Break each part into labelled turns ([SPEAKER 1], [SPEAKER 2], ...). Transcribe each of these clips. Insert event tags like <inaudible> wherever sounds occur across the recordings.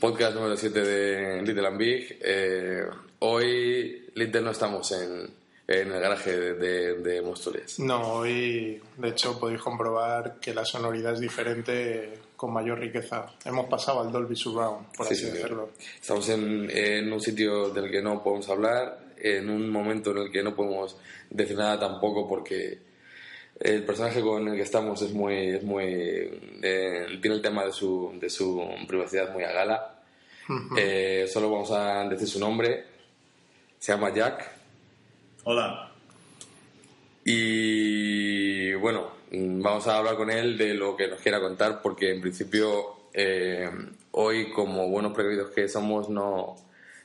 [SPEAKER 1] Podcast número 7 de Little and Big. Eh, hoy, Little, no estamos en, en el garaje de, de, de Móstoles.
[SPEAKER 2] No, hoy de hecho podéis comprobar que la sonoridad es diferente con mayor riqueza. Hemos pasado al Dolby Surround, por
[SPEAKER 1] Sí,
[SPEAKER 2] así
[SPEAKER 1] señor.
[SPEAKER 2] decirlo.
[SPEAKER 1] Estamos en, en un sitio del que no podemos hablar, en un momento en el que no podemos decir nada tampoco porque el personaje con el que estamos es muy... Es muy eh, tiene el tema de su, de su privacidad muy a gala. Eh, solo vamos a decir su nombre. Se llama Jack.
[SPEAKER 3] Hola.
[SPEAKER 1] Y bueno, mm, vamos a hablar con él de lo que nos quiera contar, porque en principio eh, hoy, como buenos precavidos que somos, no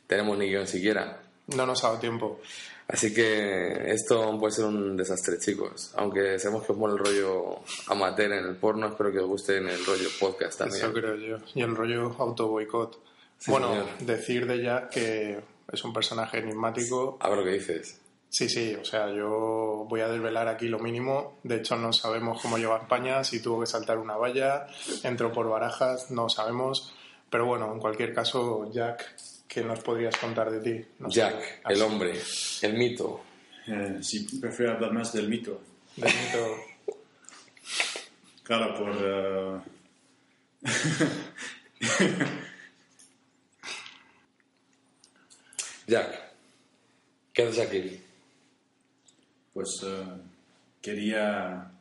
[SPEAKER 1] tenemos ni guión siquiera.
[SPEAKER 2] No nos ha dado tiempo.
[SPEAKER 1] Así que esto puede ser un desastre, chicos. Aunque sabemos que os mola el rollo amateur en el porno, espero que os guste en el rollo podcast
[SPEAKER 2] Eso
[SPEAKER 1] también.
[SPEAKER 2] creo yo. Y el rollo auto boicot.
[SPEAKER 1] Sí,
[SPEAKER 2] bueno,
[SPEAKER 1] señor.
[SPEAKER 2] decir de Jack que es un personaje enigmático.
[SPEAKER 1] A ver lo que dices.
[SPEAKER 2] Sí, sí, o sea, yo voy a desvelar aquí lo mínimo. De hecho, no sabemos cómo llegó a España, si tuvo que saltar una valla, entró por barajas, no sabemos. Pero bueno, en cualquier caso, Jack, ¿qué nos podrías contar de ti? No sé,
[SPEAKER 1] Jack,
[SPEAKER 2] así,
[SPEAKER 1] el hombre, el mito.
[SPEAKER 3] Eh, sí, prefiero hablar más del mito.
[SPEAKER 2] de mito.
[SPEAKER 3] Claro, por... eh,
[SPEAKER 1] Jack, ¿qué haces aquí?
[SPEAKER 3] pues eh, quería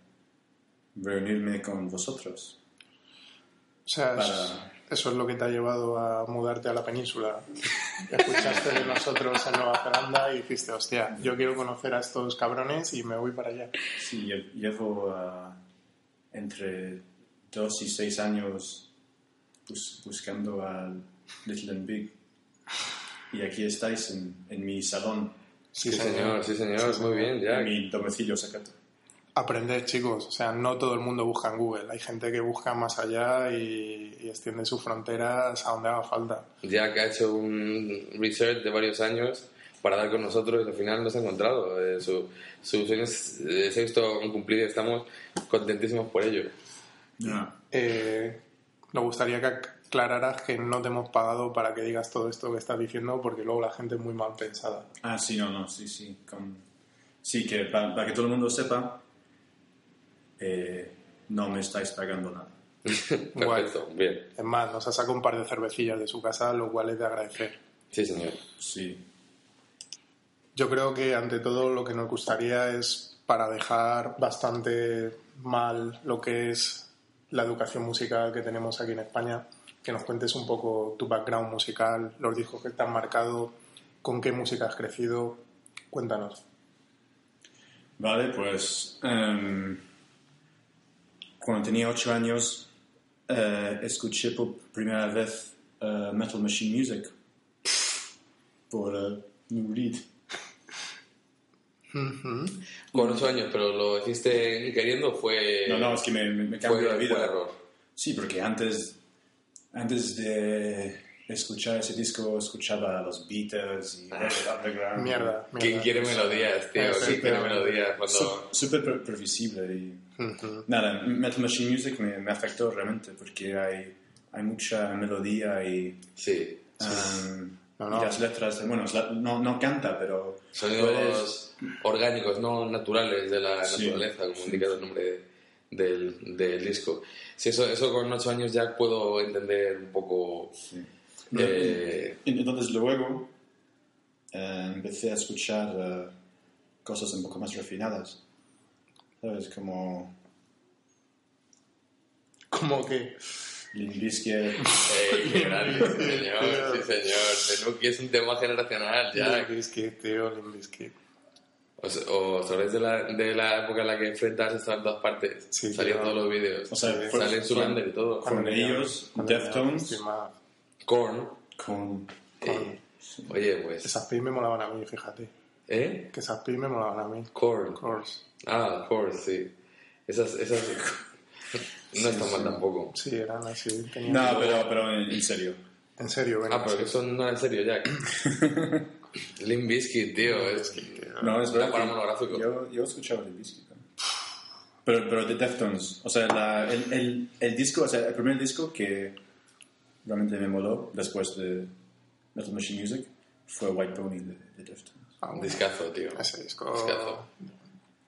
[SPEAKER 3] reunirme con vosotros.
[SPEAKER 2] O sea, es-
[SPEAKER 3] Para-
[SPEAKER 2] eso es lo que te ha llevado a mudarte a la península. Escuchaste de nosotros en Nueva Zelanda y dijiste, hostia, yo quiero conocer a estos cabrones y me voy para allá.
[SPEAKER 3] Sí, lle- llevo eh, entre dos y seis años bus- buscando al Little and Big. Y aquí estáis en, en mi salón,
[SPEAKER 2] Sí,
[SPEAKER 1] sí señor, muy bien, Jack.
[SPEAKER 3] en mi domicilio secreto.
[SPEAKER 2] Aprender, chicos. O sea, no todo el mundo busca en Google. Hay gente que busca más allá y, y extiende sus fronteras a donde haga falta.
[SPEAKER 1] Jack ha hecho un research de varios años para dar con nosotros y al final nos ha encontrado. Eh, su, su sueño es- eh, se ha visto cumplido y estamos contentísimos por ello.
[SPEAKER 2] Eh, nos gustaría que aclararas que no te hemos pagado para que digas todo esto que estás diciendo porque luego la gente es muy mal pensada.
[SPEAKER 3] Ah, sí, no, no, sí, sí. con- Sí, que pa- para, que todo el mundo sepa, eh, no me estáis pagando nada.
[SPEAKER 1] Perfecto, bien.
[SPEAKER 2] Es más, nos ha sacado un par de cervecillas de su casa, lo cual es de agradecer.
[SPEAKER 1] Sí, señor.
[SPEAKER 3] Sí,
[SPEAKER 2] Yo creo que ante todo lo que nos gustaría es para dejar bastante mal lo que es la educación musical que tenemos aquí en España, que nos cuentes un poco tu background musical, los discos que te han marcado, con qué música has crecido. Cuéntanos.
[SPEAKER 3] Vale, pues em, cuando tenía ocho años eh, escuché por primera vez eh, Metal Machine Music por eh, Lou Reed.
[SPEAKER 1] Con ocho años, pero lo hiciste queriendo o fue...
[SPEAKER 3] No, no, es que me, me- me
[SPEAKER 1] fue,
[SPEAKER 3] cambió la vida.
[SPEAKER 1] fue error.
[SPEAKER 3] Sí, porque antes, antes de escuchar ese disco escuchaba a los Beatles y Underground.
[SPEAKER 2] Mierda, mierda.
[SPEAKER 1] ¿Quién quiere melodías, tío? ¿Quién quiere melodías? Cuando...
[SPEAKER 3] Su- Súper pre- previsible. Y... Nada, Metal Machine Music me, me afectó realmente porque hay, hay mucha melodía y,
[SPEAKER 1] Sí.
[SPEAKER 3] um,
[SPEAKER 2] No, no.
[SPEAKER 3] y las letras. Bueno, es la- no, no canta, pero. puedes-
[SPEAKER 1] Sonidos orgánicos, no naturales de la
[SPEAKER 3] Sí.
[SPEAKER 1] naturaleza, como indica el nombre de- del, del disco. Sí, eso, eso con ocho años ya puedo entender un poco... eh,
[SPEAKER 3] Y Entonces luego eh, empecé a escuchar eh, cosas un poco más refinadas. ¿Sabes? Como
[SPEAKER 2] ¿Cómo que?
[SPEAKER 3] Limp Bizkit.
[SPEAKER 1] Eh, qué grande, sí, señor, sí, señor. De Nuki es un tema generacional, ya.
[SPEAKER 2] Limp Bizkit, tío, Limp Bizkit.
[SPEAKER 1] ¿Os, os acordáis de la, de la época en la que enfrentarse estaba en todas partes?
[SPEAKER 2] Sí,
[SPEAKER 1] Salían
[SPEAKER 2] claro.
[SPEAKER 1] todos los vídeos.
[SPEAKER 3] O sea, fue-
[SPEAKER 1] Sale
[SPEAKER 3] fue-
[SPEAKER 1] Zulander y todo.
[SPEAKER 3] Con
[SPEAKER 2] Cuando tenía-
[SPEAKER 3] ellos,
[SPEAKER 2] cuando tenía
[SPEAKER 3] Deftones.
[SPEAKER 2] firma-
[SPEAKER 1] Korn.
[SPEAKER 3] con
[SPEAKER 1] eh, oye, pues.
[SPEAKER 2] Esas pis me molaban a mí, fíjate.
[SPEAKER 1] ¿Eh?
[SPEAKER 2] Que esas pis me molaban a mí.
[SPEAKER 1] Korn.
[SPEAKER 2] Course.
[SPEAKER 1] Ah, Korn, sí. Esas. esas no están mal tampoco.
[SPEAKER 2] Sí, eran así. tenían-
[SPEAKER 3] no pero pero en, en serio
[SPEAKER 2] En serio, venga.
[SPEAKER 1] Ah, pero que son no en serio, Jack. Limp Bizkit, tío. Es
[SPEAKER 3] no es verdad
[SPEAKER 1] Era para
[SPEAKER 3] que
[SPEAKER 1] monográfico.
[SPEAKER 3] yo yo escuchaba el disco pero pero de Deftones o sea la- el, el, el disco o sea el primer disco que realmente me moló después de Metal Machine Music fue White Pony de, de Deftones
[SPEAKER 2] Ah, bueno,
[SPEAKER 1] Discazo, tío.
[SPEAKER 2] Ese disco.
[SPEAKER 1] Discazo.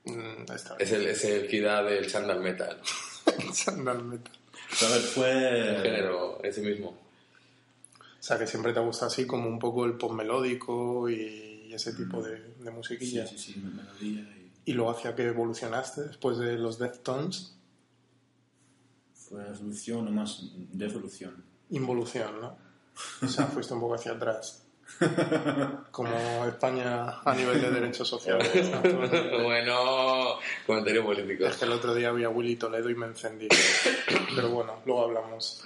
[SPEAKER 2] Mm, está <laughs>
[SPEAKER 1] Es
[SPEAKER 2] bien.
[SPEAKER 1] el, es el Kida del Chandal Metal.
[SPEAKER 2] Sandal metal.
[SPEAKER 3] Pero, a ver,
[SPEAKER 1] El
[SPEAKER 3] fue
[SPEAKER 1] género, ese mismo.
[SPEAKER 2] O sea, que siempre te gusta así como un poco el post melódico y ese tipo de, de
[SPEAKER 3] sí
[SPEAKER 2] musiquilla.
[SPEAKER 3] sí sí me- melodía y
[SPEAKER 2] Y luego hacia que evolucionaste después de los Deftones,
[SPEAKER 3] fue evolución o más devolución
[SPEAKER 2] involución, ¿no? O sea, fuiste un poco hacia atrás. Como España a nivel de derechos sociales. ¿no?
[SPEAKER 1] bueno, comentario político.
[SPEAKER 2] Es que el otro día vi a Willy Toledo y me encendí. Pero bueno, luego hablamos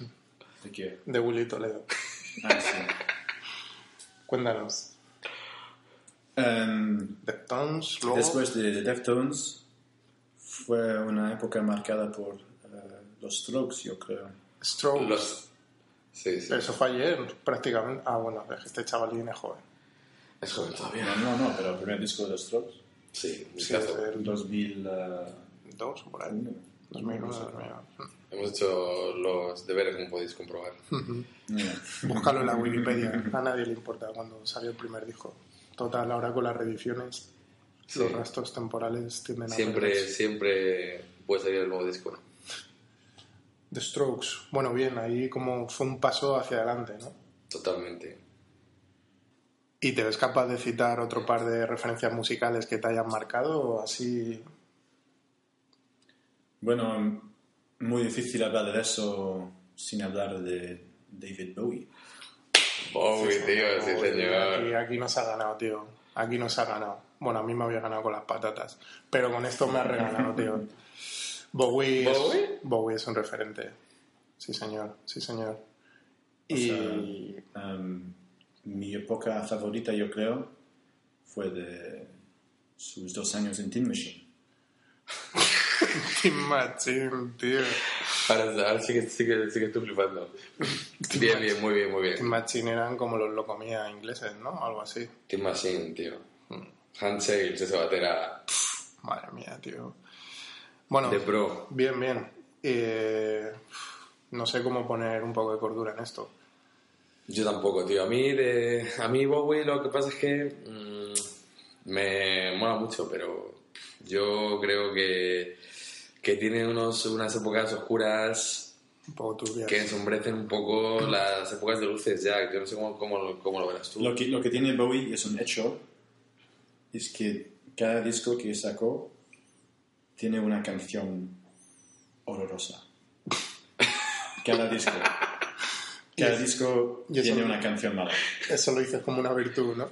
[SPEAKER 3] de qué
[SPEAKER 2] de Willy Toledo.
[SPEAKER 3] ah, sí.
[SPEAKER 2] Cuéntanos.
[SPEAKER 3] <laughs> Em,
[SPEAKER 2] Deftones, luego...
[SPEAKER 3] Después de, de Deftones fue una época marcada por eh, los Strokes, yo creo.
[SPEAKER 2] Strokes.
[SPEAKER 1] Los... Sí, sí.
[SPEAKER 2] Eso fue ayer, prácticamente. Ah, bueno, es que este chavalín es joven.
[SPEAKER 1] Es joven todavía.
[SPEAKER 3] No, no, no, pero el primer disco de los Strokes,
[SPEAKER 1] Sí, en mi
[SPEAKER 2] Sí,
[SPEAKER 1] caso.
[SPEAKER 2] es del
[SPEAKER 3] 2001.
[SPEAKER 2] 2002 o por ahí. 2009, 2009.
[SPEAKER 1] Hemos hecho los deberes, como podéis comprobar.
[SPEAKER 2] Búscalo en la <laughs> Wikipedia. A nadie le importa cuando salió el primer disco. Total, ahora con las reediciones,
[SPEAKER 1] Sí.
[SPEAKER 2] los rastros temporales tienden a
[SPEAKER 1] Siempre,
[SPEAKER 2] perderse.
[SPEAKER 1] siempre puede salir el nuevo disco. ¿no?
[SPEAKER 2] The Strokes. Bueno, bien, ahí como fue un paso hacia adelante, ¿no?
[SPEAKER 1] Totalmente.
[SPEAKER 2] ¿Y te ves capaz de citar otro par de referencias musicales que te hayan marcado? o Así.
[SPEAKER 3] Bueno, muy difícil hablar de eso sin hablar de David Bowie.
[SPEAKER 1] Bowie, tío, sí,
[SPEAKER 2] Uy, Aquí,
[SPEAKER 1] señor.
[SPEAKER 2] aquí nos ha ganado, tío. Aquí nos ha ganado. Bueno, a mí me había ganado con las patatas. Pero con esto me ha regalado, tío. Bowie,
[SPEAKER 1] ¿Bowie?
[SPEAKER 2] Es, Bowie es un referente. Sí, señor. Sí, señor.
[SPEAKER 3] O
[SPEAKER 2] Y. <laughs>
[SPEAKER 3] Em, mi época favorita, yo creo, fue de sus dos años en Team Machine.
[SPEAKER 2] Tim Machine, tío.
[SPEAKER 1] Ahora, ahora sí, que, sí, que, sí que estoy flipando. Bien, bien, muy bien, muy
[SPEAKER 2] Tim
[SPEAKER 1] bien.
[SPEAKER 2] Machine eran como los locomía ingleses, ¿no? Algo así.
[SPEAKER 1] Team Machine, tío. Mm. Hand Sales, esa batera
[SPEAKER 2] Madre mía, tío. Bueno,
[SPEAKER 1] de pro.
[SPEAKER 2] bien, bien. Eh, no sé cómo poner un poco de cordura en esto.
[SPEAKER 1] Yo tampoco, tío. A mí, de, a mí Bowie lo que pasa es que mm, me mola mucho, pero yo creo que, que tiene unos, unas épocas oscuras
[SPEAKER 2] Un poco turbia.
[SPEAKER 1] que ensombrecen un poco las épocas de luces, Jack. Yo no sé cómo, cómo, lo- cómo lo verás tú.
[SPEAKER 3] Lo que, lo que tiene Bowie es un hecho, es que cada disco que sacó tiene una canción horrorosa. Cada disco. Cada disco
[SPEAKER 2] y eso-
[SPEAKER 3] tiene una canción mala.
[SPEAKER 2] Eso lo dices como una virtud, ¿no?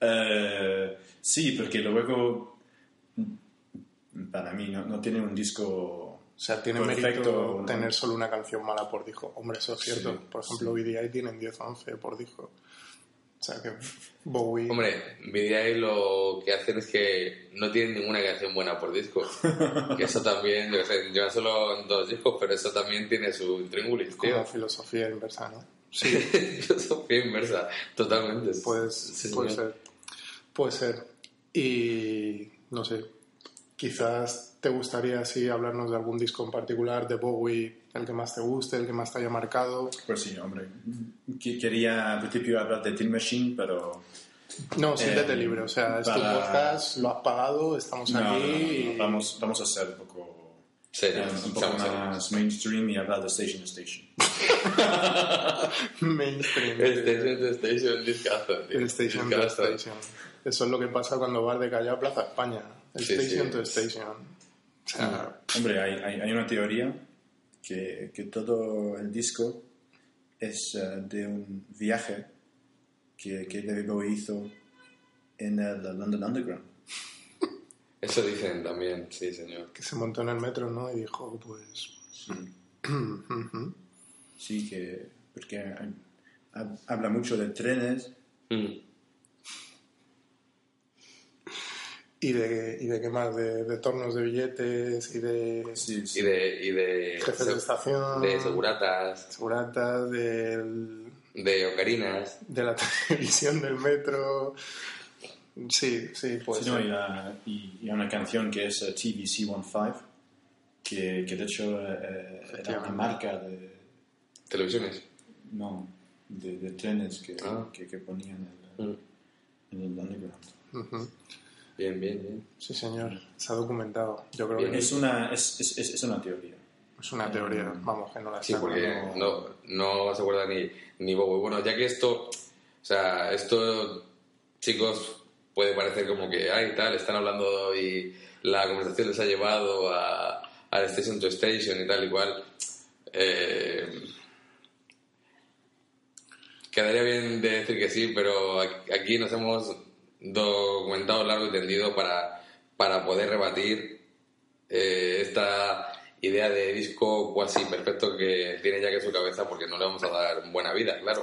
[SPEAKER 3] Eh, sí, porque luego, para mí, no, no tiene un disco...
[SPEAKER 2] O sea, tiene
[SPEAKER 3] Perfecto,
[SPEAKER 2] mérito
[SPEAKER 3] ¿no?
[SPEAKER 2] tener solo una canción mala por disco. Hombre, eso es cierto.
[SPEAKER 3] Sí,
[SPEAKER 2] por ejemplo, BDI tienen 10 o 11 por disco. O sea que Bowie.
[SPEAKER 1] Hombre, BDI lo que hacen es que no tienen ninguna canción buena por disco.
[SPEAKER 2] <laughs>
[SPEAKER 1] que eso también, yo sé, llevan solo dos discos, pero eso también tiene su intríngulis,
[SPEAKER 2] como
[SPEAKER 1] <laughs> tío.
[SPEAKER 2] filosofía inversa, ¿no?
[SPEAKER 1] Filosofía inversa, totalmente.
[SPEAKER 2] Pues
[SPEAKER 1] Sí,
[SPEAKER 2] <laughs> puede
[SPEAKER 1] señor.
[SPEAKER 2] ser. Puede ser. Y no sé. Quizás te gustaría así hablarnos de algún disco en particular, de Bowie, el que más te guste, el que más te haya marcado.
[SPEAKER 3] Pues sí, hombre. Que- Quería al principio hablar de Tin Machine, pero...
[SPEAKER 2] No, siéntete
[SPEAKER 3] Eh,
[SPEAKER 2] libre. O sea, es tu
[SPEAKER 3] para-
[SPEAKER 2] podcast, lo has pagado, estamos
[SPEAKER 3] no, no, no,
[SPEAKER 2] aquí.
[SPEAKER 3] no,
[SPEAKER 2] y-
[SPEAKER 3] Vamos, vamos a hacer un poco...
[SPEAKER 1] Sí,
[SPEAKER 3] Eh, un poco
[SPEAKER 1] estamos en-
[SPEAKER 3] más mainstream y hablar de Station to Station.
[SPEAKER 2] <laughs> Mainstream.
[SPEAKER 1] Station to Station, discazo. tío.
[SPEAKER 2] El Station to
[SPEAKER 1] Discazo.
[SPEAKER 2] Station. Eso es lo que pasa cuando vas de calle a Plaza España. El
[SPEAKER 1] Sí, Mm.
[SPEAKER 2] Station
[SPEAKER 1] sí.
[SPEAKER 2] to Station. O sea,
[SPEAKER 3] Hombre, hay, hay, hay una teoría que, que todo el disco es eh, de un viaje que, que David Bowie hizo en el London Underground.
[SPEAKER 1] Eso dicen también, sí, señor.
[SPEAKER 2] que se montó en el metro, ¿no? Y dijo, pues... mm, ujú.
[SPEAKER 3] Sí, que, porque hay- hab- habla mucho de trenes.
[SPEAKER 1] Mm.
[SPEAKER 2] ¿Y de, ¿Y de qué más? De, de tornos de billetes y de
[SPEAKER 3] Sí, sí.
[SPEAKER 1] Y de... Y de
[SPEAKER 2] jefes de estación.
[SPEAKER 1] de seguratas,
[SPEAKER 2] seguratas, del-
[SPEAKER 1] de ocarinas.
[SPEAKER 2] de la <laughs> televisión del metro. Sí, sí, pues...
[SPEAKER 3] Sí, no, y, la- y- y una canción que es eh, TVC15, que, que de hecho eh, era una
[SPEAKER 2] Efectivamente.
[SPEAKER 3] marca de,
[SPEAKER 1] Televisiones.
[SPEAKER 3] no, de, de trenes que,
[SPEAKER 1] Ah.
[SPEAKER 3] que, que ponían en el-
[SPEAKER 1] Mm.
[SPEAKER 3] en el underground.
[SPEAKER 2] Ujú.
[SPEAKER 1] Bien, bien, bien.
[SPEAKER 2] Sí, señor. Se ha documentado. Yo creo que
[SPEAKER 3] Es una, es, es- es- es una teoría.
[SPEAKER 2] es una teoría. Vamos, que no la
[SPEAKER 1] Sí,
[SPEAKER 2] saco,
[SPEAKER 1] porque
[SPEAKER 2] no-
[SPEAKER 1] no, no se acuerda ni, ni Bobo. Y Bueno, ya que esto, o sea, esto, chicos, puede parecer como que, ay, tal, están hablando y la conversación les ha llevado a, a la Station to Station y tal y cual. Eh, quedaría bien de decir que sí, pero ac- aquí nos hemos documentado largo y tendido para, para poder rebatir eh, esta idea de disco cuasi perfecto que tiene ya que su cabeza porque no le vamos a dar buena vida, claro.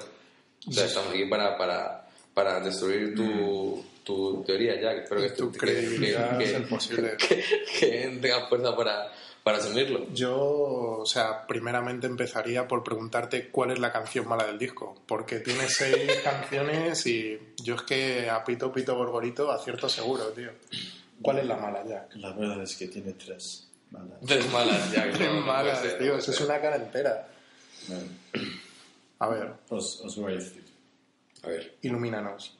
[SPEAKER 1] O sea, estamos aquí para, para, para destruir tu, tu teoría, Jack. Espero que
[SPEAKER 2] Mm. Tu
[SPEAKER 1] que-
[SPEAKER 2] credibilidad
[SPEAKER 1] que-
[SPEAKER 2] es
[SPEAKER 1] que-
[SPEAKER 2] imposible.
[SPEAKER 1] que, que tenga fuerza para, para
[SPEAKER 2] <laughs>
[SPEAKER 1] asumirlo.
[SPEAKER 2] Yo, o sea, primeramente empezaría por preguntarte cuál es la canción mala del disco, porque tiene seis canciones y yo es que a Pito Pito Gorgorito acierto seguro, tío. ¿Cuál es la mala ya?
[SPEAKER 3] La verdad es que tiene tres malas.
[SPEAKER 1] Tres malas, Jack.
[SPEAKER 2] Qué
[SPEAKER 1] no, no
[SPEAKER 2] mala,
[SPEAKER 1] puede ser, no
[SPEAKER 2] tío,
[SPEAKER 1] puede
[SPEAKER 2] eso es
[SPEAKER 1] ser.
[SPEAKER 2] una cara entera.
[SPEAKER 3] Bueno,
[SPEAKER 2] A ver,
[SPEAKER 3] os, os voy a decir.
[SPEAKER 1] A ver.
[SPEAKER 2] ilumínanos.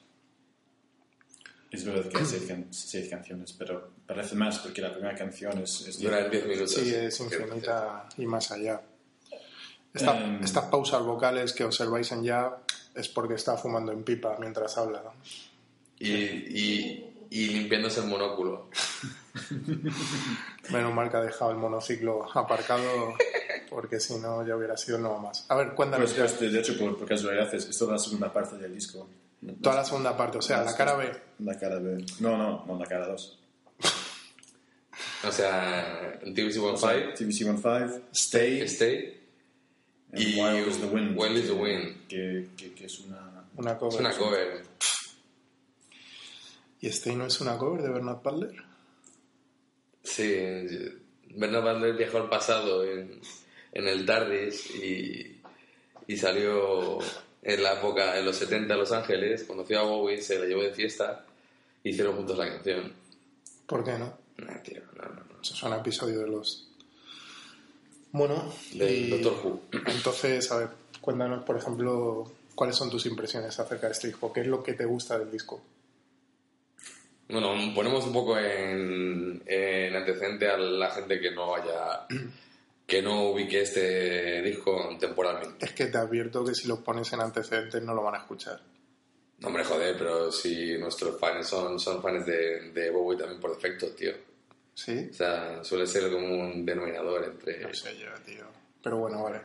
[SPEAKER 3] Es verdad que hay seis, can- seis canciones, pero parece más porque la primera canción es... es
[SPEAKER 1] Duran 10 minutos.
[SPEAKER 2] Sí, es infinita y más allá. Esta-
[SPEAKER 3] Em.
[SPEAKER 2] Estas pausas vocales que observáis en ya es porque está fumando en pipa mientras habla. ¿no?
[SPEAKER 1] Y, y, y limpiándose el monóculo.
[SPEAKER 2] Menos mal que ha dejado el monociclo aparcado, porque si no ya hubiera sido no más. A ver, cuéntanos
[SPEAKER 3] Pues, pues, de de hecho, por, por casualidad, es, es toda la segunda parte del disco.
[SPEAKER 2] toda la segunda parte, o sea, la cara B.
[SPEAKER 3] La cara B. No, no, no, la cara 2.
[SPEAKER 1] O sea, DBC One Five, este,
[SPEAKER 3] TBC15, Stay,
[SPEAKER 1] Stay.
[SPEAKER 3] and
[SPEAKER 1] y
[SPEAKER 3] Wild is the Wind.
[SPEAKER 1] Wild is the
[SPEAKER 3] que-
[SPEAKER 1] Wind.
[SPEAKER 3] Que, que, que es una...
[SPEAKER 2] Una cover.
[SPEAKER 1] Es una cover.
[SPEAKER 2] ¿Y este no es una cover de Bernard Butler?
[SPEAKER 1] Sí, Bernard Butler viajó al pasado en, en el TARDIS y, y salió en la época, en los 70 en Los Ángeles, conoció a Bowie, se la llevó de fiesta y hicieron juntos la canción.
[SPEAKER 2] ¿Por qué no?
[SPEAKER 1] Nah, tío, no, no, no.
[SPEAKER 2] Eso suena a episodio de los... Bueno,
[SPEAKER 1] Del
[SPEAKER 2] y-
[SPEAKER 1] Doctor Who.
[SPEAKER 2] Entonces, a ver, cuéntanos, por ejemplo, cuáles son tus impresiones acerca de este disco. ¿Qué es lo que te gusta del disco?
[SPEAKER 1] Bueno, ponemos un poco en, en antecedente a la gente que no haya, que no ubique este disco temporalmente.
[SPEAKER 2] Es que te advierto que si lo pones en antecedentes no lo van a escuchar.
[SPEAKER 1] No, hombre, joder, pero si nuestros fans son, son fans de, de Bowie también por defecto, tío.
[SPEAKER 2] ¿Sí?
[SPEAKER 1] O sea, suele ser como un denominador entre...
[SPEAKER 2] No sé yo, tío. Pero bueno, vale.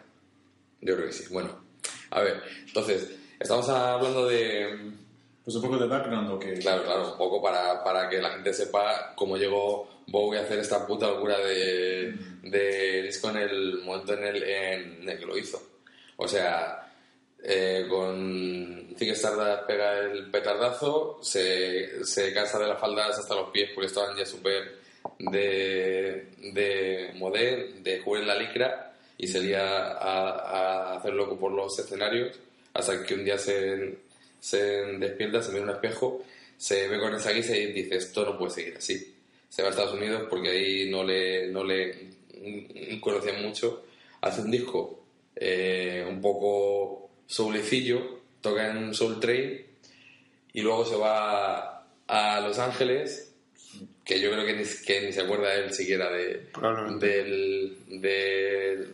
[SPEAKER 1] Yo creo que sí. Bueno, a ver, entonces, estamos hablando de...
[SPEAKER 3] Pues un poco de background, ¿o qué?
[SPEAKER 1] Claro, claro, un poco para, para que la gente sepa cómo llegó Bowie a hacer esta puta locura de, de disco en el momento en el, en el que lo hizo. O sea, eh, con Zig Stardust pega el petardazo, se, se cansa de las faldas hasta los pies porque estaban ya súper de, de model, de jugar en la licra y se lía a, a hacer loco por los escenarios hasta que un día se, se despierta, se mira en un espejo, se ve con esa guisa y dice esto no puede seguir así. Se va a Estados Unidos porque ahí no le, no le mm, conocían mucho. Hace un disco eh, un poco soulecillo, toca en un Soul Train y luego se va a Los Ángeles, que yo creo que ni, que ni se acuerda él siquiera de,
[SPEAKER 2] Probablemente.
[SPEAKER 1] del, del-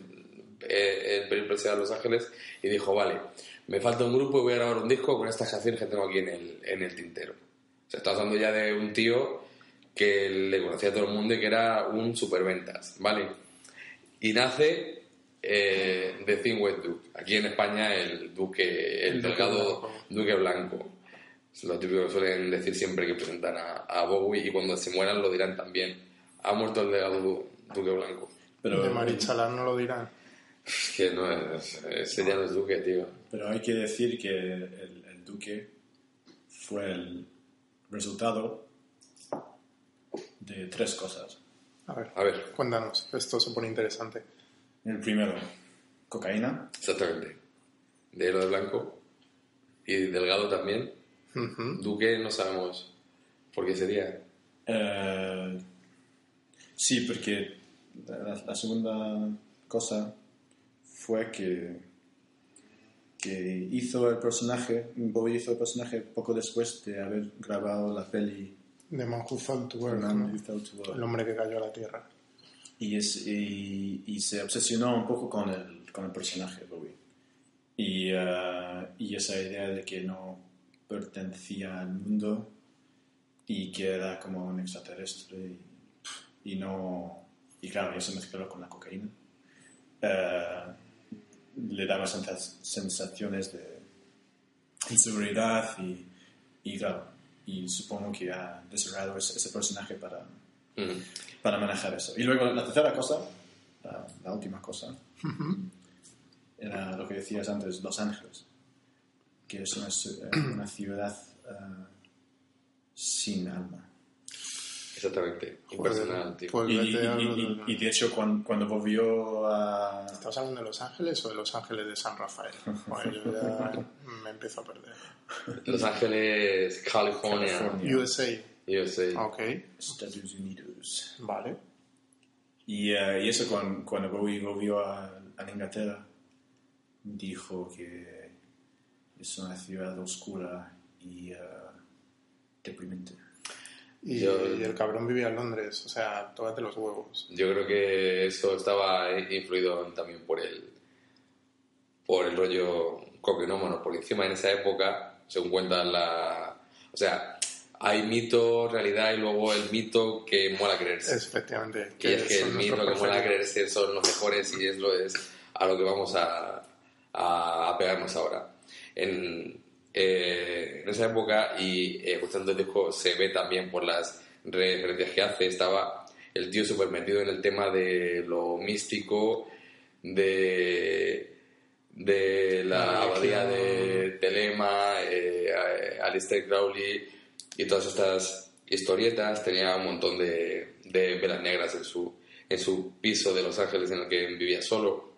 [SPEAKER 1] eh, el periplo ese a Los Ángeles y dijo, vale, me falta un grupo y voy a grabar un disco con estas canciones que tengo aquí en el, en el tintero. O sea, está hablando ya de un tío que le conocía a todo el mundo y que era un superventas, ¿vale? Y nace eh, The Thing with Duke. Aquí en España el duque, el,
[SPEAKER 2] El duque
[SPEAKER 1] delgado
[SPEAKER 2] blanco.
[SPEAKER 1] duque blanco. Es lo típico que suelen decir siempre que presentan a, a Bowie y cuando se mueran lo dirán también. Ha muerto el legado du- Duque Blanco.
[SPEAKER 3] Pero,
[SPEAKER 2] de Marichalar no lo dirán.
[SPEAKER 1] Es que no es, ese ya no es Duque, tío.
[SPEAKER 3] Pero hay que decir que el, el duque fue el resultado de tres cosas.
[SPEAKER 2] A ver,
[SPEAKER 1] A ver,
[SPEAKER 2] cuéntanos, esto se pone interesante.
[SPEAKER 3] El primero, cocaína.
[SPEAKER 1] exactamente. De lo de Blanco y Delgado también.
[SPEAKER 2] Ujú.
[SPEAKER 1] Duque no sabemos por qué sería.
[SPEAKER 3] Eh, sí, porque la, la segunda cosa fue que, que hizo el personaje, Bobby hizo el personaje poco después de haber grabado la peli
[SPEAKER 2] De Man Who Fell to Earth,
[SPEAKER 3] Man
[SPEAKER 2] ¿no?
[SPEAKER 3] Who Fell to Earth.
[SPEAKER 2] El hombre que cayó a la tierra.
[SPEAKER 3] y, es- y- y se obsesionó un poco con el, con el personaje Bowie. Y, eh, y esa idea de que no pertenecía al mundo y que era como un extraterrestre y, y no... Y claro, eso mezclado con la cocaína. eh, le daba sensa- sensaciones de inseguridad y, y claro, y supongo que ha desarrollado ese- ese personaje para,
[SPEAKER 1] Mm.
[SPEAKER 3] para manejar eso. Y luego la tercera cosa, la, la última cosa, era lo que decías antes, Los Ángeles, que es una, ci- eh, una ciudad eh, sin alma.
[SPEAKER 1] Exactamente.
[SPEAKER 2] Joder,
[SPEAKER 1] Impersonal, tío.
[SPEAKER 2] pues
[SPEAKER 3] Y, y-
[SPEAKER 2] vete a-
[SPEAKER 3] y- y- y de hecho cuan- cuando, volvió a...
[SPEAKER 2] ¿Estás hablando de Los Ángeles o de Los Ángeles de San Rafael? Bueno, yo ya me empiezo a perder.
[SPEAKER 1] Los Ángeles, California.
[SPEAKER 3] California.
[SPEAKER 2] USA,
[SPEAKER 1] Yo sé.
[SPEAKER 2] ok,
[SPEAKER 3] Estados Unidos.
[SPEAKER 2] vale.
[SPEAKER 3] Y, eh, y eso cuan- cuando Bowie volvió a, a Inglaterra, dijo que es una ciudad oscura y eh, deprimente.
[SPEAKER 2] Y,
[SPEAKER 1] Yo-
[SPEAKER 2] y el cabrón vivía en Londres, o sea, tócate los huevos.
[SPEAKER 1] Yo creo que eso estaba influido también por el por el rollo coquenómano, porque encima en esa época, según cuentan la... O sea, hay mito, realidad y luego el mito que mola creerse.
[SPEAKER 2] Es efectivamente.
[SPEAKER 1] y es que el
[SPEAKER 2] son
[SPEAKER 1] mito
[SPEAKER 2] nuestros
[SPEAKER 1] que mola
[SPEAKER 2] preferidos.
[SPEAKER 1] creerse son los mejores y es lo es a lo que vamos a, a, a pegarnos ahora. En, eh, en esa época, y eh, escuchando el disco se ve también por las referencias que hace, estaba el tío súper metido en el tema de lo místico, de, de la
[SPEAKER 2] La religión.
[SPEAKER 1] abadía de Telema, eh, a- Aleister Crowley y todas estas historietas. Tenía un montón de, de velas negras en su, en su piso de Los Ángeles en el que vivía solo.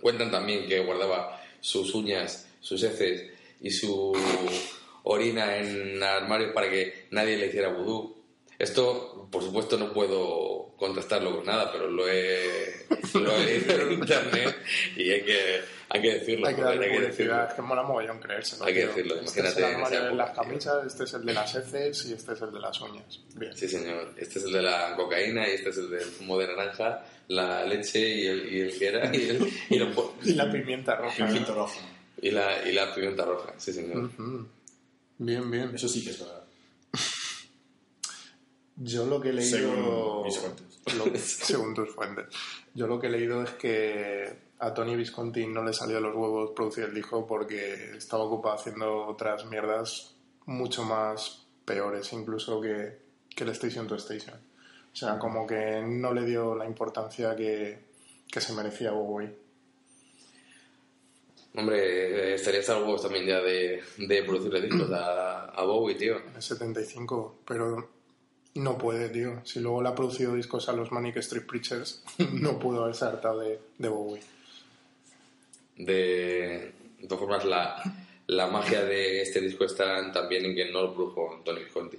[SPEAKER 1] Cuentan también que guardaba sus uñas, sus heces y su orina en armarios para que nadie le hiciera vudú. Esto, por supuesto, no puedo contrastarlo con nada, pero lo he, lo he leído en internet y hay que, hay que decirlo.
[SPEAKER 2] Hay que
[SPEAKER 1] joder,
[SPEAKER 2] darle
[SPEAKER 1] hay que decirlo.
[SPEAKER 2] publicidad, es que mola mogollón creérselo.
[SPEAKER 1] Hay que
[SPEAKER 2] tío.
[SPEAKER 1] decirlo,
[SPEAKER 2] Este es el
[SPEAKER 1] imagínate en
[SPEAKER 2] armario
[SPEAKER 1] esa
[SPEAKER 2] de las
[SPEAKER 1] época, tío.
[SPEAKER 2] camisas, este es el de las heces y este es el de las uñas. Bien.
[SPEAKER 1] Sí, señor. Este es el de la cocaína y este es el del zumo de naranja, la leche y el, y el que era y, el- y los po-
[SPEAKER 2] Y la pimienta roja. ¿no?
[SPEAKER 3] Pimiento rojo.
[SPEAKER 1] y la, y la pimienta roja. Sí, señor.
[SPEAKER 2] Ujú. Bien, bien.
[SPEAKER 3] Eso sí que es verdad.
[SPEAKER 2] Yo lo que he leído.
[SPEAKER 3] Según mis fuentes.
[SPEAKER 2] lo- <laughs> según tus fuentes. Yo lo que he leído es que a Tony Visconti no le salió de los huevos producir el disco porque estaba ocupado haciendo otras mierdas mucho más peores, incluso que, que el Station to Station. O sea, como que no le dio la importancia que, que se merecía Bowie.
[SPEAKER 1] Hombre, eh, estarías algo también ya de, de producirle discos a, a Bowie, tío.
[SPEAKER 2] En el 75, pero no puede, tío. Si luego le ha producido discos a los Manic Street Preachers, <laughs> no pudo haberse hartado de, de Bowie.
[SPEAKER 1] De, de todas formas, la, la magia de este disco está también en que no lo produjo Tony Visconti.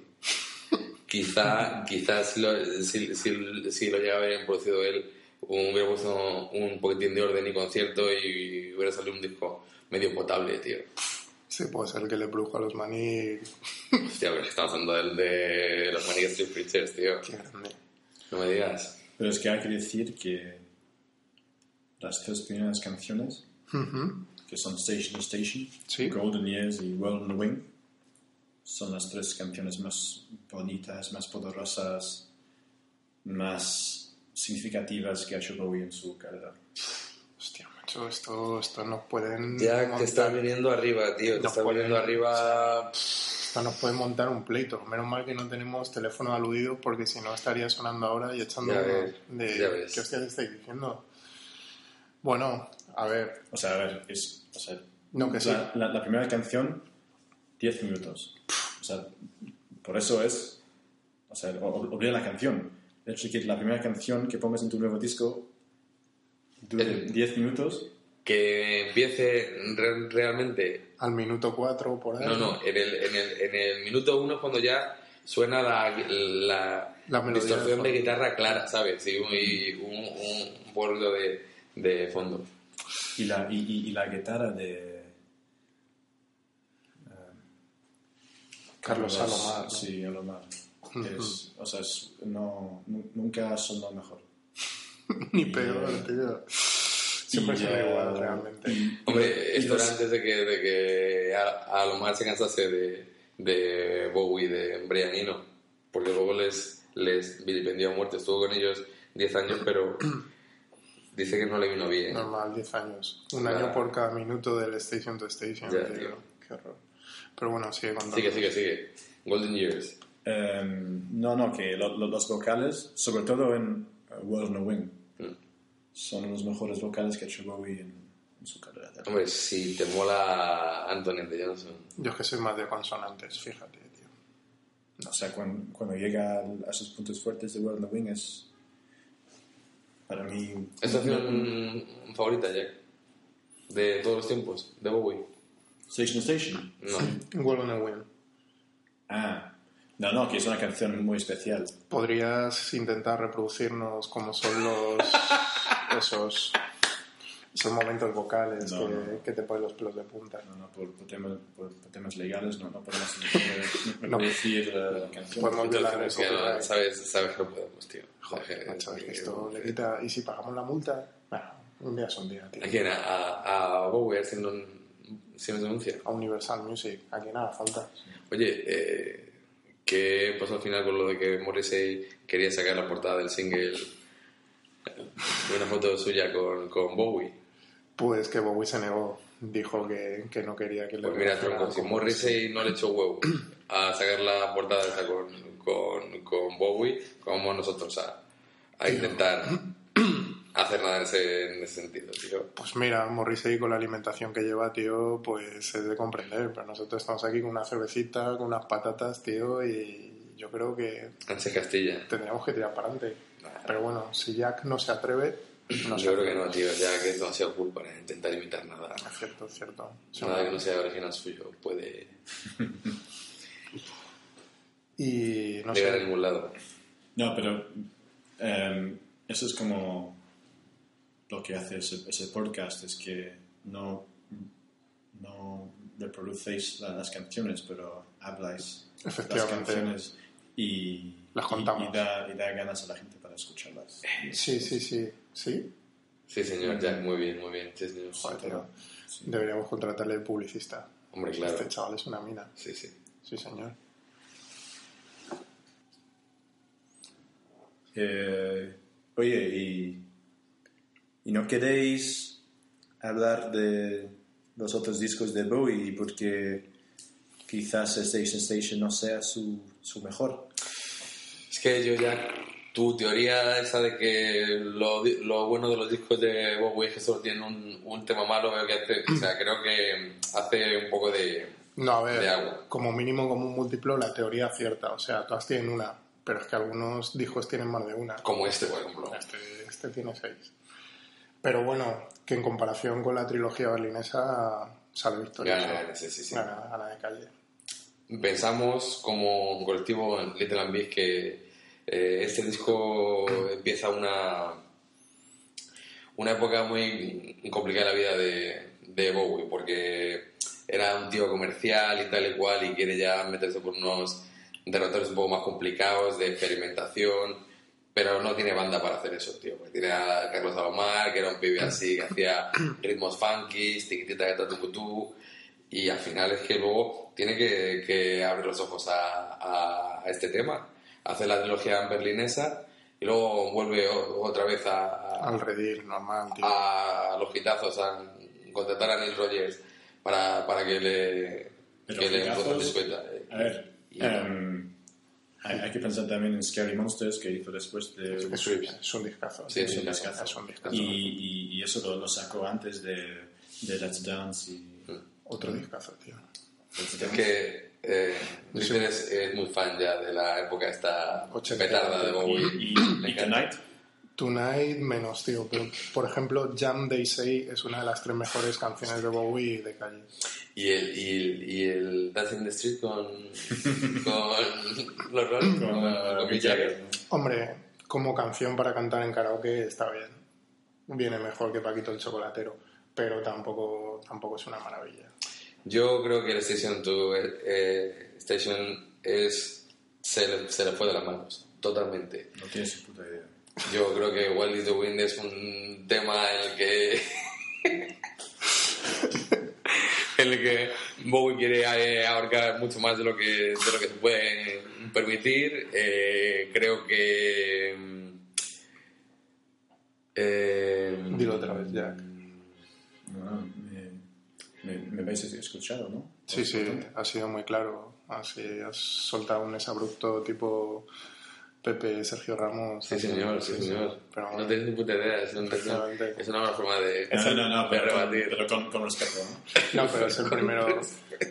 [SPEAKER 1] Quizá, quizás si lo, si, si- si lo llega a haber producido él, hubiera puesto un poquitín de orden y concierto y hubiera salido un disco medio potable, tío.
[SPEAKER 2] Sí, puede ser que le brujo a los maní.
[SPEAKER 1] Hostia, pero estamos hablando del de los Manic Street Preachers, tío.
[SPEAKER 2] Qué grande.
[SPEAKER 1] No me digas.
[SPEAKER 3] Pero es que hay que decir que las tres primeras canciones,
[SPEAKER 2] Ujú.
[SPEAKER 3] que son Station to Station,
[SPEAKER 2] Sí.
[SPEAKER 3] Golden Years y World on the Wing, son las tres canciones más bonitas, más poderosas, más significativas que ha hecho Bowie en su carrera.
[SPEAKER 2] Hostia, macho. Macho, esto, esto nos pueden.
[SPEAKER 1] Ya
[SPEAKER 2] montar-
[SPEAKER 1] te estás viniendo arriba, tío. Te
[SPEAKER 2] No
[SPEAKER 1] estás
[SPEAKER 2] pueden-
[SPEAKER 1] viniendo arriba.
[SPEAKER 2] esto nos pueden montar un pleito. Menos mal que no tenemos teléfono aludido porque si no estaría sonando ahora y echando
[SPEAKER 1] Ya
[SPEAKER 2] unos
[SPEAKER 1] ves,
[SPEAKER 2] de.
[SPEAKER 1] ya ves.
[SPEAKER 2] ¿Qué hostias estáis diciendo? Bueno, a ver.
[SPEAKER 3] O sea, a ver, es. O sea,
[SPEAKER 2] No, que sí.
[SPEAKER 3] la, la- la primera canción, 10 minutos. O sea, por eso es. O sea, o- o- olvida la canción. El hecho que la primera canción que pongas en tu nuevo disco dure
[SPEAKER 1] El-
[SPEAKER 3] 10 minutos.
[SPEAKER 1] Que empiece re- realmente
[SPEAKER 2] Al minuto 4 por ahí.
[SPEAKER 1] No, no, en el, en el, en el minuto uno es cuando ya suena la, la,
[SPEAKER 2] La melodía de
[SPEAKER 1] distorsión
[SPEAKER 2] fondo.
[SPEAKER 1] de guitarra clara, ¿sabes? Y un, y un, un, bordo de, de fondo.
[SPEAKER 3] Y la, y, y- y la guitarra de.
[SPEAKER 2] Carlos Alomar. ¿no?
[SPEAKER 3] Sí, Alomar. Es- o sea, es- no, nu- nunca sonó mejor.
[SPEAKER 2] Ni peor, tío. Siempre
[SPEAKER 3] Y,
[SPEAKER 2] suena
[SPEAKER 3] eh,
[SPEAKER 2] igual, realmente.
[SPEAKER 1] Hombre,
[SPEAKER 3] y
[SPEAKER 1] Eh, esto
[SPEAKER 3] los-
[SPEAKER 1] era antes de que, de que a- Alomar se cansase de, de Bowie, de Brianino, porque luego les, les vilipendió a muerte. Estuvo con ellos 10 años, pero dice que no le vino bien.
[SPEAKER 2] Normal, 10 años. Un
[SPEAKER 1] Claro.
[SPEAKER 2] año por cada minuto del Station to Station.
[SPEAKER 1] Ya,
[SPEAKER 2] tío.
[SPEAKER 1] tío.
[SPEAKER 2] Qué horror. Pero bueno, sigue contando.
[SPEAKER 1] Sigue, sigue, sigue. Golden Years.
[SPEAKER 3] Em, no, no, que lo- lo- los vocales, sobre todo en eh, World No Wing,
[SPEAKER 1] Mm.
[SPEAKER 3] son los mejores vocales que ha hecho Bowie en, en su carrera.
[SPEAKER 1] Hombre, si te mola Antonin de Johnson.
[SPEAKER 2] Yo es que soy más de consonantes, fíjate, tío.
[SPEAKER 3] O sea, cuando, cuando llega al- a sus puntos fuertes de World No Wing es, para mí,
[SPEAKER 1] Es tu canción favorita, Jack. De todos los tiempos, de Bowie.
[SPEAKER 3] Station to Station.
[SPEAKER 1] No.
[SPEAKER 2] World on a Win.
[SPEAKER 3] Ah, no, no, que es una canción muy especial.
[SPEAKER 2] ¿Podrías intentar reproducirnos como son los.
[SPEAKER 1] <laughs>
[SPEAKER 2] esos. esos momentos vocales
[SPEAKER 3] No,
[SPEAKER 2] que,
[SPEAKER 3] no.
[SPEAKER 2] que te ponen los pelos de punta?
[SPEAKER 3] No, no, por, por temas, por, por temas legales no, no
[SPEAKER 1] <laughs>
[SPEAKER 3] podemos eh, reproducir eh, la canción.
[SPEAKER 2] Podemos violar el
[SPEAKER 1] Entonces, que no,
[SPEAKER 2] copyright.
[SPEAKER 1] sabes, sabes que no podemos, tío.
[SPEAKER 2] Joder, macho, es que esto le
[SPEAKER 1] Eh,
[SPEAKER 2] quita. ¿Y si pagamos la multa? Bueno, un día es un día, tío.
[SPEAKER 1] ¿A quién? A- A, a Bowie, a ver si nos, si nos denuncia.
[SPEAKER 2] A Universal Music, a quien haga falta.
[SPEAKER 1] Oye, eh, ¿qué pasó al final con lo de que Morrissey quería sacar la portada del single de una foto suya con, con Bowie?
[SPEAKER 2] Pues que Bowie se negó. Dijo que, que no quería que le.
[SPEAKER 1] Pues mira,
[SPEAKER 2] relacionaran
[SPEAKER 1] tronco, si
[SPEAKER 2] con
[SPEAKER 1] Morrissey no le echó huevo a sacar la portada esa con, con, con Bowie, como vamos nosotros a, a intentar hacer nada en ese, en ese sentido, tío.
[SPEAKER 2] Pues mira, Morrissey con la alimentación que lleva, tío, pues es de comprender. Pero nosotros estamos aquí con una cervecita, con unas patatas, tío, y yo creo que
[SPEAKER 1] Sánchez Castilla.
[SPEAKER 2] tendríamos que tirar para adelante. Pero bueno, si Jack no se atreve, no se
[SPEAKER 1] Yo creo
[SPEAKER 2] atreve.
[SPEAKER 1] que no, tío, ya que es demasiado cool para intentar imitar nada.
[SPEAKER 2] Es Cierto, es cierto. Sí,
[SPEAKER 1] Nada que
[SPEAKER 2] hombre.
[SPEAKER 1] no sea original suyo puede
[SPEAKER 2] Y no
[SPEAKER 1] llegar a
[SPEAKER 2] sé,
[SPEAKER 1] ningún lado.
[SPEAKER 3] No, pero em, eso es como lo que hace ese, ese podcast, es que no, no reproducéis la- las canciones, pero habláis las
[SPEAKER 2] Efectivamente.
[SPEAKER 3] canciones y,
[SPEAKER 2] Las
[SPEAKER 3] y-
[SPEAKER 2] contamos.
[SPEAKER 3] Y, da, y da ganas a la gente para escucharlas.
[SPEAKER 2] sí, sí, sí, sí.
[SPEAKER 1] Sí, señor, Jack, muy bien, muy bien. Sí, señor.
[SPEAKER 2] Joder, tío.
[SPEAKER 3] Sí.
[SPEAKER 2] Deberíamos contratarle de publicista.
[SPEAKER 1] Hombre, claro.
[SPEAKER 2] Este chaval es una mina.
[SPEAKER 1] Sí, sí.
[SPEAKER 2] Sí, señor.
[SPEAKER 3] Eh, oye, y, ¿y no queréis hablar de los otros discos de Bowie? Porque quizás Station Station no sea su, su mejor.
[SPEAKER 1] Es que yo ya, tu teoría esa de que lo, di- lo bueno de los discos de Bowie es que solo tienen un, un tema malo, creo que hace, o sea, creo que hace un poco de...
[SPEAKER 2] No, a
[SPEAKER 1] De
[SPEAKER 2] ver,
[SPEAKER 1] agua.
[SPEAKER 2] como mínimo, como un múltiplo, la teoría cierta. O sea, todas tienen una, pero es que algunos discos tienen más de una.
[SPEAKER 1] como este, por ejemplo.
[SPEAKER 2] Este, este tiene seis. Pero bueno, que en comparación con la trilogía berlinesa sale victorioso.
[SPEAKER 1] Gana, gana, sí, sí, sí.
[SPEAKER 2] Gana, gana de calle.
[SPEAKER 1] Pensamos como un colectivo en Little and Big que eh, este disco empieza una, una época muy complicada en la vida de, de Bowie, porque era un tío comercial y tal y cual, y quiere ya meterse por unos derroteros un poco más complicados de experimentación, pero no tiene banda para hacer eso, tío. porque Tiene a Carlos Alomar, que era un pibe así, que hacía ritmos funky, tiquitita de tatucutú, y al final es que luego tiene que, que abrir los ojos a, a- a este tema. Hace la trilogía berlinesa y luego vuelve o- otra vez a, a-
[SPEAKER 2] Al redil, normal, tío.
[SPEAKER 1] Ah, a los quitazos, a contratar a Neil Rogers para, para que le,
[SPEAKER 3] Pero
[SPEAKER 1] que le
[SPEAKER 3] gitazos,
[SPEAKER 1] encuentre 50. eh,
[SPEAKER 3] A ver,
[SPEAKER 1] y-
[SPEAKER 3] em, hay, hay que pensar también en Scary Monsters que hizo después de
[SPEAKER 2] Es, es un discazo.
[SPEAKER 1] Sí,
[SPEAKER 2] es,
[SPEAKER 1] es un
[SPEAKER 3] discazo.
[SPEAKER 2] un discazo.
[SPEAKER 3] y, y- y eso lo, lo sacó antes de, de Let's Dance y
[SPEAKER 2] Otro discazo, tío.
[SPEAKER 3] Let's
[SPEAKER 1] Es
[SPEAKER 3] Dance.
[SPEAKER 1] que eh, Peter es, es muy fan ya de la época esta
[SPEAKER 2] Ochenta.
[SPEAKER 1] petarda de Bowie.
[SPEAKER 3] y, y,
[SPEAKER 1] Le
[SPEAKER 3] y
[SPEAKER 1] encanta.
[SPEAKER 3] Tonight
[SPEAKER 2] Tonight menos, tío. Pero, por ejemplo, Jam They Say es una de las tres mejores canciones de Bowie y de calle.
[SPEAKER 1] Y el, y el, y el Dance in the Street
[SPEAKER 3] <laughs>
[SPEAKER 1] con, con los Rolling, con,
[SPEAKER 3] con, eh,
[SPEAKER 1] con Mick Jagger.
[SPEAKER 3] Mick Jagger, ¿no?
[SPEAKER 2] Hombre, como canción para cantar en karaoke está bien. Viene mejor que Paquito el Chocolatero, pero tampoco, tampoco es una maravilla.
[SPEAKER 1] Yo creo que el Station 2 eh, eh, Station es, se, le, se le fue de las manos, totalmente.
[SPEAKER 3] No tienes ni puta idea.
[SPEAKER 1] Yo creo que Wild is the Wind es un tema en el que. <laughs> en el que Bowie quiere eh, abarcar mucho más de lo que, de lo que se puede permitir. Eh, creo que. mm, eh,
[SPEAKER 2] Dilo otra vez, Jack.
[SPEAKER 3] No, me, me, me habéis escuchado, ¿no?
[SPEAKER 2] Sí, sí, ha sido muy claro. Así has soltado un abrupto tipo Pepe Sergio Ramos.
[SPEAKER 1] Sí, señor, sí, señor.
[SPEAKER 2] Pero bueno,
[SPEAKER 1] no tenéis ni puta idea, es, un- es una- es una buena forma de,
[SPEAKER 3] No, no, no,
[SPEAKER 1] de
[SPEAKER 3] pero, con-
[SPEAKER 1] rebatir.
[SPEAKER 3] pero con, con respeto, ¿no?
[SPEAKER 2] no, pero
[SPEAKER 1] <laughs>
[SPEAKER 2] es el primero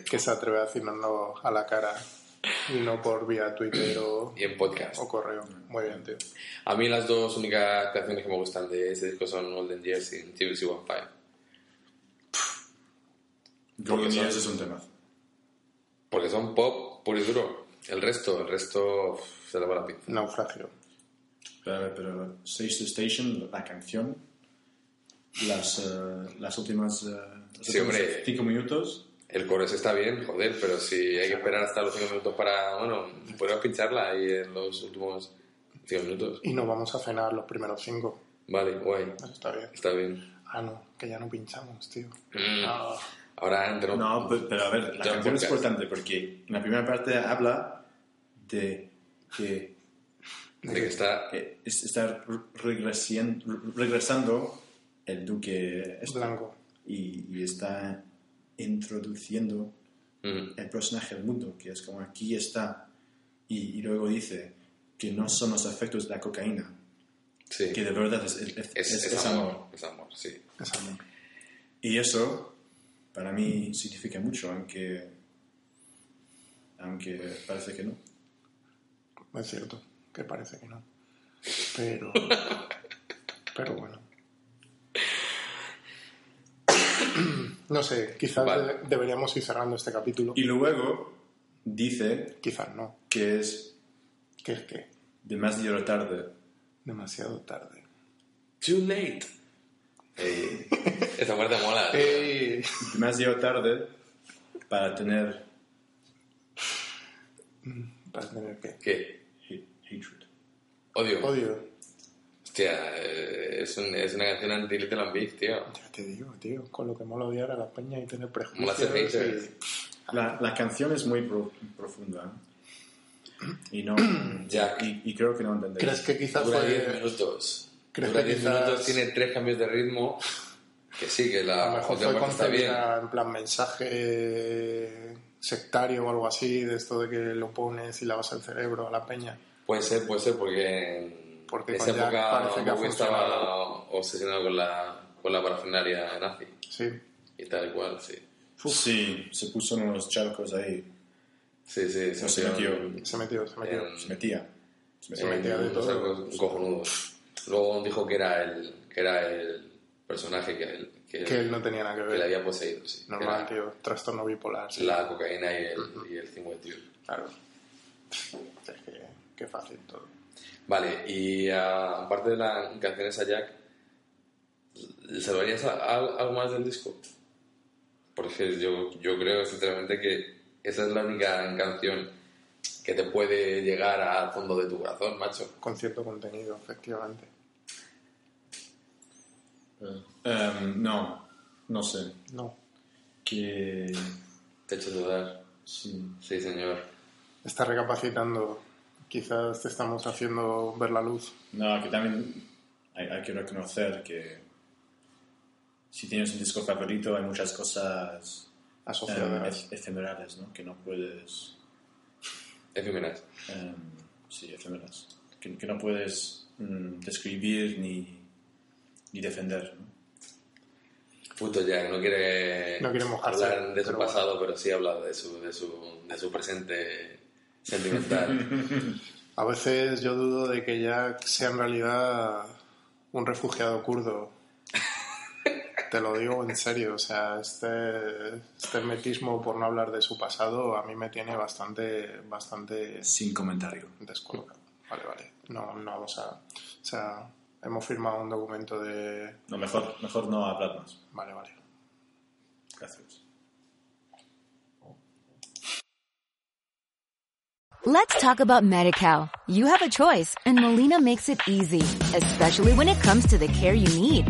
[SPEAKER 2] que se atreve a decirnoslo a la cara y no por vía Twitter o,
[SPEAKER 1] Y en podcast.
[SPEAKER 2] o correo. Muy bien, tío.
[SPEAKER 1] A mí las dos únicas canciones que me gustan de ese disco son Golden Years y TBC One Five.
[SPEAKER 3] Golden
[SPEAKER 1] son-
[SPEAKER 3] Years es un tema.
[SPEAKER 1] Porque son pop puro y duro. El resto, el resto uf, se le va la pinza.
[SPEAKER 2] Naufragio.
[SPEAKER 3] Pero, pero Stage to Station, la canción, las, eh, las últimas eh, los
[SPEAKER 1] Sí,
[SPEAKER 3] últimos
[SPEAKER 1] hombre.
[SPEAKER 3] cinco minutos,
[SPEAKER 1] El coro ese está bien, joder, pero si hay que esperar hasta los 5 minutos para, bueno, podemos pincharla ahí en los últimos 5 minutos.
[SPEAKER 2] Y nos vamos a cenar los primeros cinco.
[SPEAKER 1] Vale, guay,
[SPEAKER 2] Eso está bien.
[SPEAKER 1] está bien.
[SPEAKER 2] Ah, no, que ya no pinchamos, tío.
[SPEAKER 1] Mm,
[SPEAKER 2] Ah,
[SPEAKER 1] Ahora entro.
[SPEAKER 3] No, pe- pero a ver, la
[SPEAKER 1] Ya,
[SPEAKER 3] canción es
[SPEAKER 1] podcast.
[SPEAKER 3] importante porque en la primera parte habla de que,
[SPEAKER 1] De que está.
[SPEAKER 3] que es- está re- regresien- re- regresando el duque
[SPEAKER 2] es
[SPEAKER 3] este
[SPEAKER 2] blanco.
[SPEAKER 3] y, y está introduciendo
[SPEAKER 1] Mm,
[SPEAKER 3] el personaje al mundo, que es como aquí está, y, y luego dice que no son los efectos de la cocaína,
[SPEAKER 1] sí.
[SPEAKER 3] que de verdad es, es-
[SPEAKER 1] Es,
[SPEAKER 3] es-
[SPEAKER 1] es
[SPEAKER 3] es
[SPEAKER 1] amor,
[SPEAKER 3] amor.
[SPEAKER 1] Es amor, sí.
[SPEAKER 2] Es amor.
[SPEAKER 3] Y eso para mí significa mucho, aunque, aunque parece que no.
[SPEAKER 2] Es cierto, que parece que no.
[SPEAKER 1] <laughs>
[SPEAKER 2] Pero. pero bueno. No sé, quizás
[SPEAKER 1] Vale.
[SPEAKER 2] de- deberíamos ir cerrando este capítulo.
[SPEAKER 3] Y luego dice
[SPEAKER 2] Quizás no,
[SPEAKER 3] que es
[SPEAKER 2] que es que
[SPEAKER 3] demasiado tarde.
[SPEAKER 2] demasiado tarde.
[SPEAKER 1] Too <laughs> late. Ey, esa muerte mola.
[SPEAKER 2] ¡Ey!
[SPEAKER 3] Demasiado tarde para tener
[SPEAKER 2] <laughs> Vas a tener que.
[SPEAKER 1] ¿Qué?
[SPEAKER 3] hate- hatred.
[SPEAKER 1] Odio.
[SPEAKER 2] Odio.
[SPEAKER 1] Hostia, eh, es, un- es una canción anti Little and Big, tío.
[SPEAKER 2] Ya te digo, tío, con lo que mola odiar a la peña y tener
[SPEAKER 1] Mola ser
[SPEAKER 2] prejuicios.
[SPEAKER 1] hater.
[SPEAKER 2] y-
[SPEAKER 3] La, la canción es muy pro- profunda. ¿eh? Y no.
[SPEAKER 1] Jack.
[SPEAKER 3] Y, y creo que no entendéis.
[SPEAKER 2] ¿Crees que quizás
[SPEAKER 1] Dura 10
[SPEAKER 2] fue.?
[SPEAKER 1] minutos.
[SPEAKER 2] ¿Crees
[SPEAKER 1] Dura
[SPEAKER 2] que
[SPEAKER 1] 10
[SPEAKER 2] quizás-
[SPEAKER 1] minutos, tiene 3 cambios de ritmo. Que sí, que
[SPEAKER 2] A
[SPEAKER 1] la
[SPEAKER 2] lo mejor
[SPEAKER 1] otra
[SPEAKER 2] fue
[SPEAKER 1] parte está bien.
[SPEAKER 2] concebida en plan mensaje sectario o algo así, de esto de que lo pones y lavas el cerebro a la peña.
[SPEAKER 1] Puede ser, puede ser, porque, en
[SPEAKER 2] Porque
[SPEAKER 1] esa
[SPEAKER 2] con Jack
[SPEAKER 1] época
[SPEAKER 2] parece que ha
[SPEAKER 1] Bowie estaba
[SPEAKER 2] funcionado.
[SPEAKER 1] obsesionado con la, con la parafernalia nazi.
[SPEAKER 2] Sí.
[SPEAKER 1] Y tal y cual, sí.
[SPEAKER 3] Sí, se puso unos charcos ahí.
[SPEAKER 1] Sí, sí,
[SPEAKER 3] No se metió.
[SPEAKER 2] Se metió, se metió.
[SPEAKER 1] en-
[SPEAKER 3] Se metía. Se
[SPEAKER 1] Se
[SPEAKER 3] metía.
[SPEAKER 2] metía de todo.
[SPEAKER 1] cojonudo. Luego dijo que era el, que era el personaje que, él- que,
[SPEAKER 2] que él no tenía nada que
[SPEAKER 1] que le
[SPEAKER 2] ver.
[SPEAKER 1] había poseído. Sí. Que
[SPEAKER 2] Normal,
[SPEAKER 1] era
[SPEAKER 2] tío. Trastorno bipolar. Sí.
[SPEAKER 1] La cocaína y el, y el 51.
[SPEAKER 2] Claro. Es que, qué fácil todo.
[SPEAKER 1] Vale, y ah, aparte de la canción esa Jack, ¿salvarías a- a- algo más del disco? Porque yo, yo creo sinceramente que esa es la única canción que te puede llegar al fondo de tu corazón, macho.
[SPEAKER 2] Con cierto contenido, efectivamente.
[SPEAKER 3] Em, no, no sé.
[SPEAKER 2] No.
[SPEAKER 3] Que.
[SPEAKER 1] Te he hecho dudar.
[SPEAKER 3] Sí.
[SPEAKER 1] Sí, señor.
[SPEAKER 2] Está recapacitando Quizás te estamos haciendo ver la luz.
[SPEAKER 3] No, que también hay, hay que reconocer que si tienes un disco favorito hay muchas cosas em,
[SPEAKER 2] Asociadas.
[SPEAKER 3] ef- efemerales, ¿no? Que no puedes...
[SPEAKER 1] Efímeras.
[SPEAKER 3] em, sí, efemeras. Que, que no puedes mm, describir ni, ni defender, ¿no?
[SPEAKER 1] Puto Jack no quiere,
[SPEAKER 2] No quiere mojarse,
[SPEAKER 1] hablar de su
[SPEAKER 2] pero
[SPEAKER 1] pasado, pero sí habla de su, de su, de su presente
[SPEAKER 2] <laughs>
[SPEAKER 1] sentimental.
[SPEAKER 2] A veces yo dudo de que Jack sea en realidad un refugiado kurdo. Te lo digo en serio, o sea, este, este hermetismo por no hablar de su pasado a mí me tiene bastante, bastante
[SPEAKER 3] Sin comentario.
[SPEAKER 2] descolocado. Vale, vale. No, no vamos a... O sea, hemos firmado un documento de...
[SPEAKER 3] No, mejor, mejor no hablar más.
[SPEAKER 2] Vale, vale.
[SPEAKER 3] Gracias.
[SPEAKER 4] Let's talk about MediCal. You have a choice and Molina makes it easy, especially when it comes to the care you need.